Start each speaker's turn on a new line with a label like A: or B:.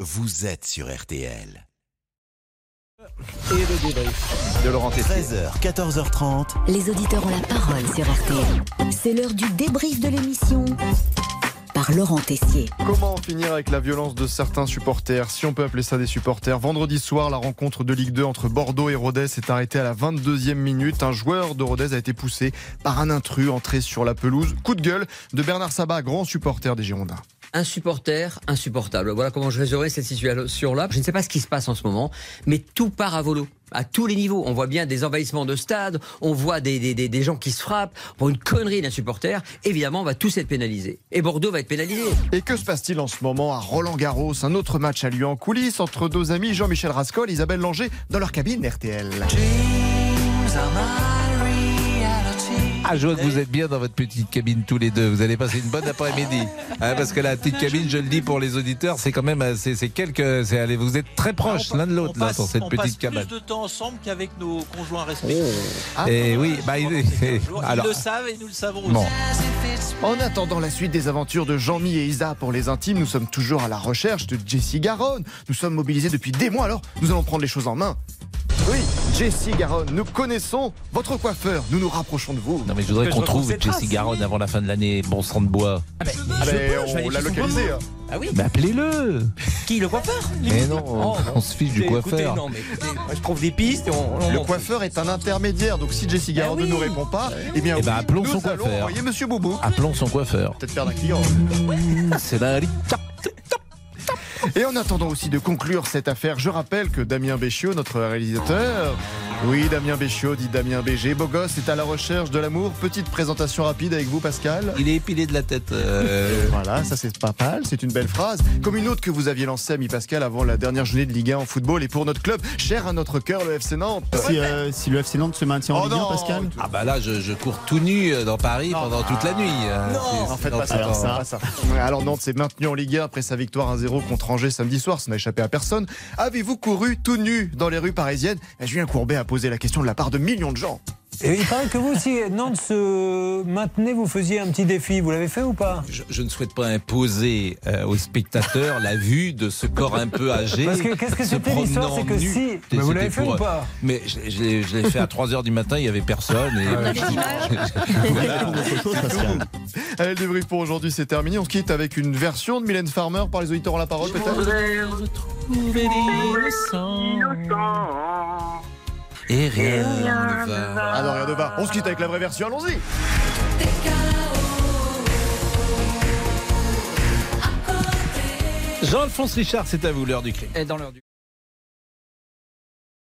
A: vous êtes sur RTL.
B: Et le débrief de Laurent Tessier.
A: 13h, 14h30.
C: Les auditeurs ont la parole sur RTL. C'est l'heure du débrief de l'émission par Laurent Tessier.
D: Comment en finir avec la violence de certains supporters Si on peut appeler ça des supporters. Vendredi soir, la rencontre de Ligue 2 entre Bordeaux et Rodez s'est arrêtée à la 22e minute. Un joueur de Rodez a été poussé par un intrus entré sur la pelouse. Coup de gueule de Bernard Sabat, grand supporter des Girondins
E: un supporter insupportable. Voilà comment je résoudrais cette situation-là. Je ne sais pas ce qui se passe en ce moment, mais tout part à volo à tous les niveaux. On voit bien des envahissements de stades, on voit des, des, des, des gens qui se frappent pour une connerie d'un supporter. Évidemment, on va tous être pénalisés. Et Bordeaux va être pénalisé.
D: Et que se passe-t-il en ce moment à Roland Garros Un autre match a lieu en coulisses entre deux amis, Jean-Michel Rascol et Isabelle Langer, dans leur cabine RTL.
F: Ah, je vois que vous êtes bien dans votre petite cabine tous les deux. Vous allez passer une bonne après-midi. Hein, parce que la petite cabine, je le dis pour les auditeurs, c'est quand même, c'est quelques, c'est, allez, vous êtes très proches l'un de l'autre, là, sur cette
G: on
F: petite
G: passe
F: cabane.
G: plus de temps ensemble qu'avec nos conjoints respectifs.
F: Ah, et oui, bah,
G: Pendant
F: il-
G: ces quinze jours. Ils
F: alors,
G: le savent et nous le savons aussi.
F: bon.
D: En attendant la suite des aventures de Jean-Mi et Isa pour les intimes, nous sommes toujours à la recherche de Jessie Garonne. Nous sommes mobilisés depuis des mois, alors nous allons prendre les choses en main. Oui, Jessie Garonne, nous connaissons votre coiffeur. Nous nous rapprochons de vous.
F: Non, mais je voudrais qu'on trouve Jessie
G: Ah,
F: Garonne avant la fin de l'année. Bon sang de bois.
D: Ah ben, on l'a localisé. hein.
F: Mais appelez-le
H: Qui le coiffeur
F: Mais non, on se fiche du
H: Écoutez,
F: coiffeur.
H: non, mais écoutez, moi, je trouve des pistes et on, on-
D: Le
H: on-
D: coiffeur est un intermédiaire, donc si Jessie Garonne ne nous répond pas, eh bien,
F: Eh ben,
D: oui,
F: appelons
D: nous
F: son
D: allons
F: coiffeur.
D: envoyer Monsieur Boubou.
F: Appelons son coiffeur.
D: Peut-être perdre un client.
F: C'est la Rita.
D: Et en attendant aussi de conclure cette affaire, je rappelle que Damien Béchiot, notre réalisateur, oui, Damien Béchiot dit Damien BG, beau gosse est à la recherche de l'amour. Petite présentation rapide avec vous, Pascal.
F: Il est épilé de la tête. euh,
D: Voilà, ça c'est pas mal, c'est une belle phrase. Comme une autre que vous aviez lancée, ami Pascal, avant la dernière journée de Ligue 1 en football et pour notre club, cher à notre cœur, le FC Nantes.
B: Si, euh, si le FC Nantes se maintient en
D: Oh
B: Ligue 1,
D: non
B: Pascal
F: Ah bah là, je, je cours tout nu euh, dans Paris pendant toute la nuit. hein. C'est-
D: En fait,
F: c'est dans-
D: pas ça.
F: dans-
B: Ah.
D: pas ça. Alors Nantes s'est maintenu en Ligue 1 après sa victoire 1-0 contre Angers samedi soir. Ça n'a échappé à personne. Avez-vous couru tout nu dans les rues parisiennes Eh, Julien Courbet a posé la question de la part de millions de gens.
I: Et il paraît que vous, si Nantes se maintenait, vous faisiez un petit défi. Vous l'avez fait ou pas
F: Je, je ne souhaite pas imposer euh, aux spectateurs la vue de ce corps un peu âgé.
I: Parce que qu'est-ce que
F: se
I: c'était l'histoire
F: promenant
I: C'est que
F: nu.
I: si.
F: Et
I: Mais vous
F: c'était
I: l'avez fait
F: pour,
I: ou
F: euh,
I: pas
F: Mais je, je l'ai- je l'ai fait à 3h du matin, il n'y avait personne. Et, euh,
D: Allez, le débrief pour aujourd'hui, c'est terminé. On se quitte avec une version de Mylène Farmer par les auditeurs à la parole, peut-être
F: et rien ne va.
D: Ah non, rien de va. On se quitte avec la vraie version, allons-y
F: Jean-Alphonse Richard, c'est à vous l'heure du crime.
H: et dans l'heure du-